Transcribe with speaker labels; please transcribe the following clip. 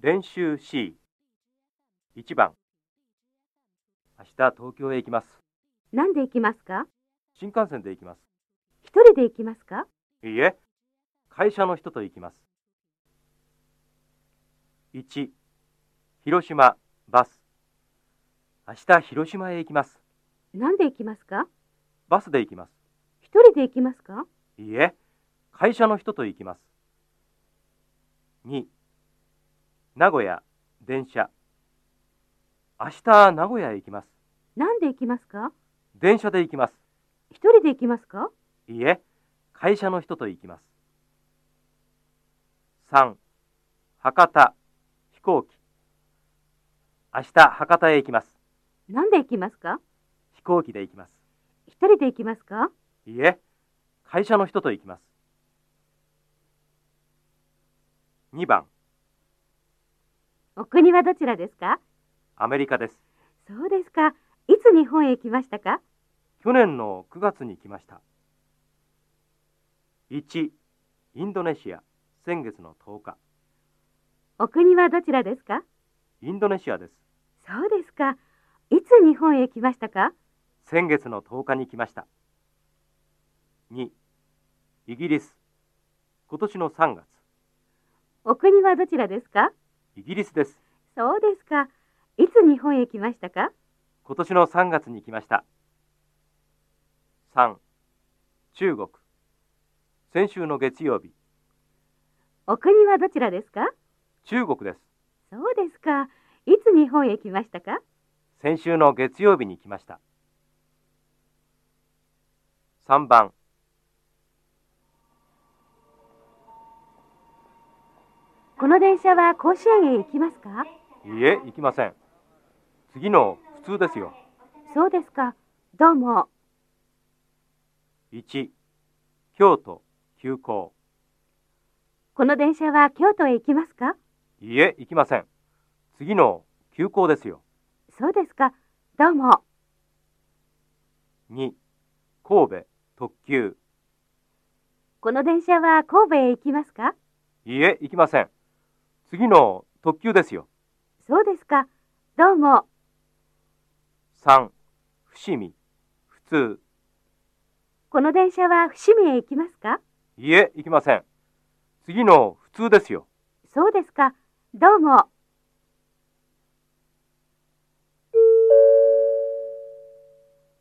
Speaker 1: 練習 C 1番明日東京へ行きます
Speaker 2: なんで行きますか
Speaker 1: 新幹線で行きます
Speaker 2: 一人で行きますか
Speaker 1: いいえ会社の人と行きます1広島バス明日広島へ行きます
Speaker 2: なんで行きますか
Speaker 1: バスで行きます
Speaker 2: 一人で行きますか
Speaker 1: いいえ会社の人と行きます2名古屋電車明日名古屋へ行きます
Speaker 2: なんで行きますか
Speaker 1: 電車で行きます
Speaker 2: 一人で行きますか
Speaker 1: いいえ、会社の人と行きます。3. 博多、飛行機。明日、博多へ行きます。
Speaker 2: なんで行きますか
Speaker 1: 飛行機で行きます。
Speaker 2: 一人で行きますか
Speaker 1: いいえ、会社の人と行きます。2番、
Speaker 2: お国はどちらですか
Speaker 1: アメリカです。
Speaker 2: そうですか。いつ日本へ来ましたか
Speaker 1: 去年の9月に来ました。1. インドネシア、先月の10日。
Speaker 2: お国はどちらですか
Speaker 1: インドネシアです。
Speaker 2: そうですか。いつ日本へ来ましたか
Speaker 1: 先月の10日に来ました。2. イギリス。今年の3月。
Speaker 2: お国はどちらですか
Speaker 1: イギリスです。
Speaker 2: そうですか。いつ日本へ来ましたか
Speaker 1: 今年の3月に来ました。3. 中国。先週の月曜日。
Speaker 2: お国はどちらですか
Speaker 1: 中国です。
Speaker 2: そうですか。いつ日本へ来ましたか
Speaker 1: 先週の月曜日に来ました。3番。
Speaker 2: この電車は甲子園へ行きますか
Speaker 1: いいえ、行きません。次の普通ですよ。
Speaker 2: そうですか。どうも。
Speaker 1: 1. 京都、急行。
Speaker 2: この電車は京都へ行きますか
Speaker 1: いいえ、行きません。次の急行ですよ。
Speaker 2: そうですか。どうも。
Speaker 1: 2神戸特急
Speaker 2: この電車は神戸へ行きますか
Speaker 1: いいえ行きません次の特急ですよ
Speaker 2: そうですか。どうも。
Speaker 1: 3伏見普通
Speaker 2: この電車は伏見へ行きますか
Speaker 1: いいえ行きません次の普通ですよ
Speaker 2: そうですか。どうも。